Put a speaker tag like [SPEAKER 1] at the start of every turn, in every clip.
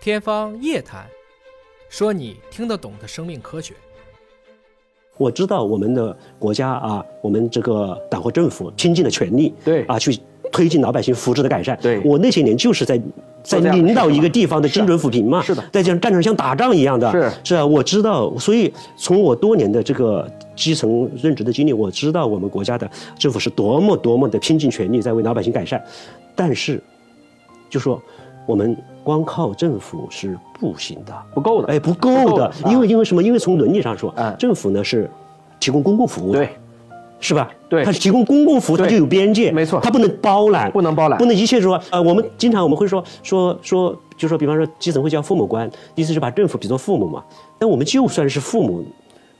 [SPEAKER 1] 天方夜谭，说你听得懂的生命科学。
[SPEAKER 2] 我知道我们的国家啊，我们这个党和政府倾尽了全力，
[SPEAKER 3] 对
[SPEAKER 2] 啊，去推进老百姓福祉的改善。
[SPEAKER 3] 对
[SPEAKER 2] 我那些年就是在在
[SPEAKER 3] 做这样的
[SPEAKER 2] 领导
[SPEAKER 3] 事
[SPEAKER 2] 一
[SPEAKER 3] 嘛
[SPEAKER 2] 个地方的
[SPEAKER 3] 是
[SPEAKER 2] 精准扶贫嘛，
[SPEAKER 3] 是的
[SPEAKER 2] 在这样战场像打仗一样的，
[SPEAKER 3] 是
[SPEAKER 2] 是啊，我知道，所以从我多年的这个基层任职的经历，我知道我们国家的政府是多么多么的拼尽全力在为老百姓改善，但是就说我们光靠政府是不行的。
[SPEAKER 3] 不够的。
[SPEAKER 2] 哎，不够的，
[SPEAKER 3] 不够的啊
[SPEAKER 2] 因为因为什么？因为从伦理上说，
[SPEAKER 3] 嗯
[SPEAKER 2] 政府呢是提供公共服务的，
[SPEAKER 3] 对，
[SPEAKER 2] 是吧？
[SPEAKER 3] 对
[SPEAKER 2] 它是提供公共服务，它
[SPEAKER 3] 对
[SPEAKER 2] 就有边界，
[SPEAKER 3] 没错
[SPEAKER 2] 它不能包揽，
[SPEAKER 3] 不能包揽
[SPEAKER 2] 不能一切说。呃，我们经常我们会说说说，就说比方说基层会叫父母官，意思是把政府比作父母嘛。但我们就算是父母。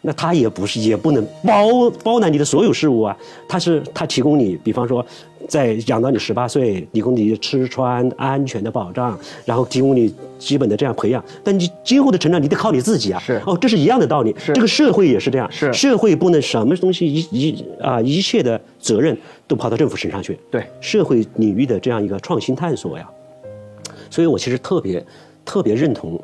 [SPEAKER 2] 那他也不是，也不能包包揽你的所有事务啊。他是他提供你，比方说，在养到你十八岁，提供你吃穿安全的保障，然后提供你基本的这样培养。但你今后的成长，你得靠你自己啊。
[SPEAKER 3] 是
[SPEAKER 2] 哦，这是一样的道理。
[SPEAKER 3] 是
[SPEAKER 2] 这个社会也是这样。
[SPEAKER 3] 是
[SPEAKER 2] 社会不能什么东西一一啊、一切的责任都跑到政府身上去。
[SPEAKER 3] 对，
[SPEAKER 2] 社会领域的这样一个创新探索呀，所以我其实特别特别认同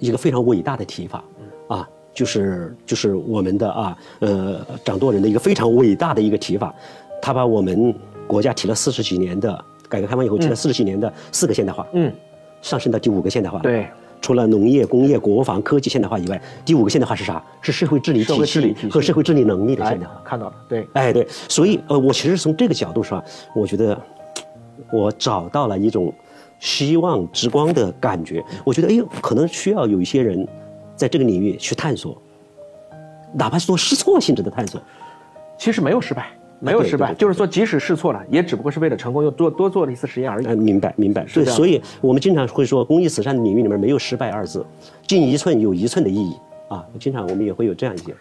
[SPEAKER 2] 一个非常伟大的提法啊，就是就是我们的啊呃掌舵人的一个非常伟大的一个提法，他把我们国家提了四十几年的改革开放以后提了四十几年的四个现代化，
[SPEAKER 3] 嗯，
[SPEAKER 2] 上升到第五个现代化了。
[SPEAKER 3] 对，
[SPEAKER 2] 除了农业、工业、国防、科技现代化以外，第五个现代化是啥？是社会治理
[SPEAKER 3] 社会
[SPEAKER 2] 体
[SPEAKER 3] 治理
[SPEAKER 2] 系
[SPEAKER 3] 体系
[SPEAKER 2] 和社会治理能力的
[SPEAKER 3] 哎
[SPEAKER 2] 现代化。，
[SPEAKER 3] 看到了，对，
[SPEAKER 2] 哎，对，所以呃，我其实从这个角度上，我觉得我找到了一种希望之光的感觉。我觉得，哎呦，可能需要有一些人在这个领域去探索，哪怕是做试错性质的探索。
[SPEAKER 3] 其实没有失败，没有
[SPEAKER 2] 对
[SPEAKER 3] 失败，
[SPEAKER 2] 对对
[SPEAKER 3] 就是说即使试错了，也只不过是为了成功又多多做了一次实验而已。
[SPEAKER 2] 嗯，明白明白，
[SPEAKER 3] 是
[SPEAKER 2] 对，
[SPEAKER 3] 这样
[SPEAKER 2] 所以我们经常会说，公益慈善领域里面没有失败二字，尽一寸有一寸的意义啊。经常我们也会有这样一些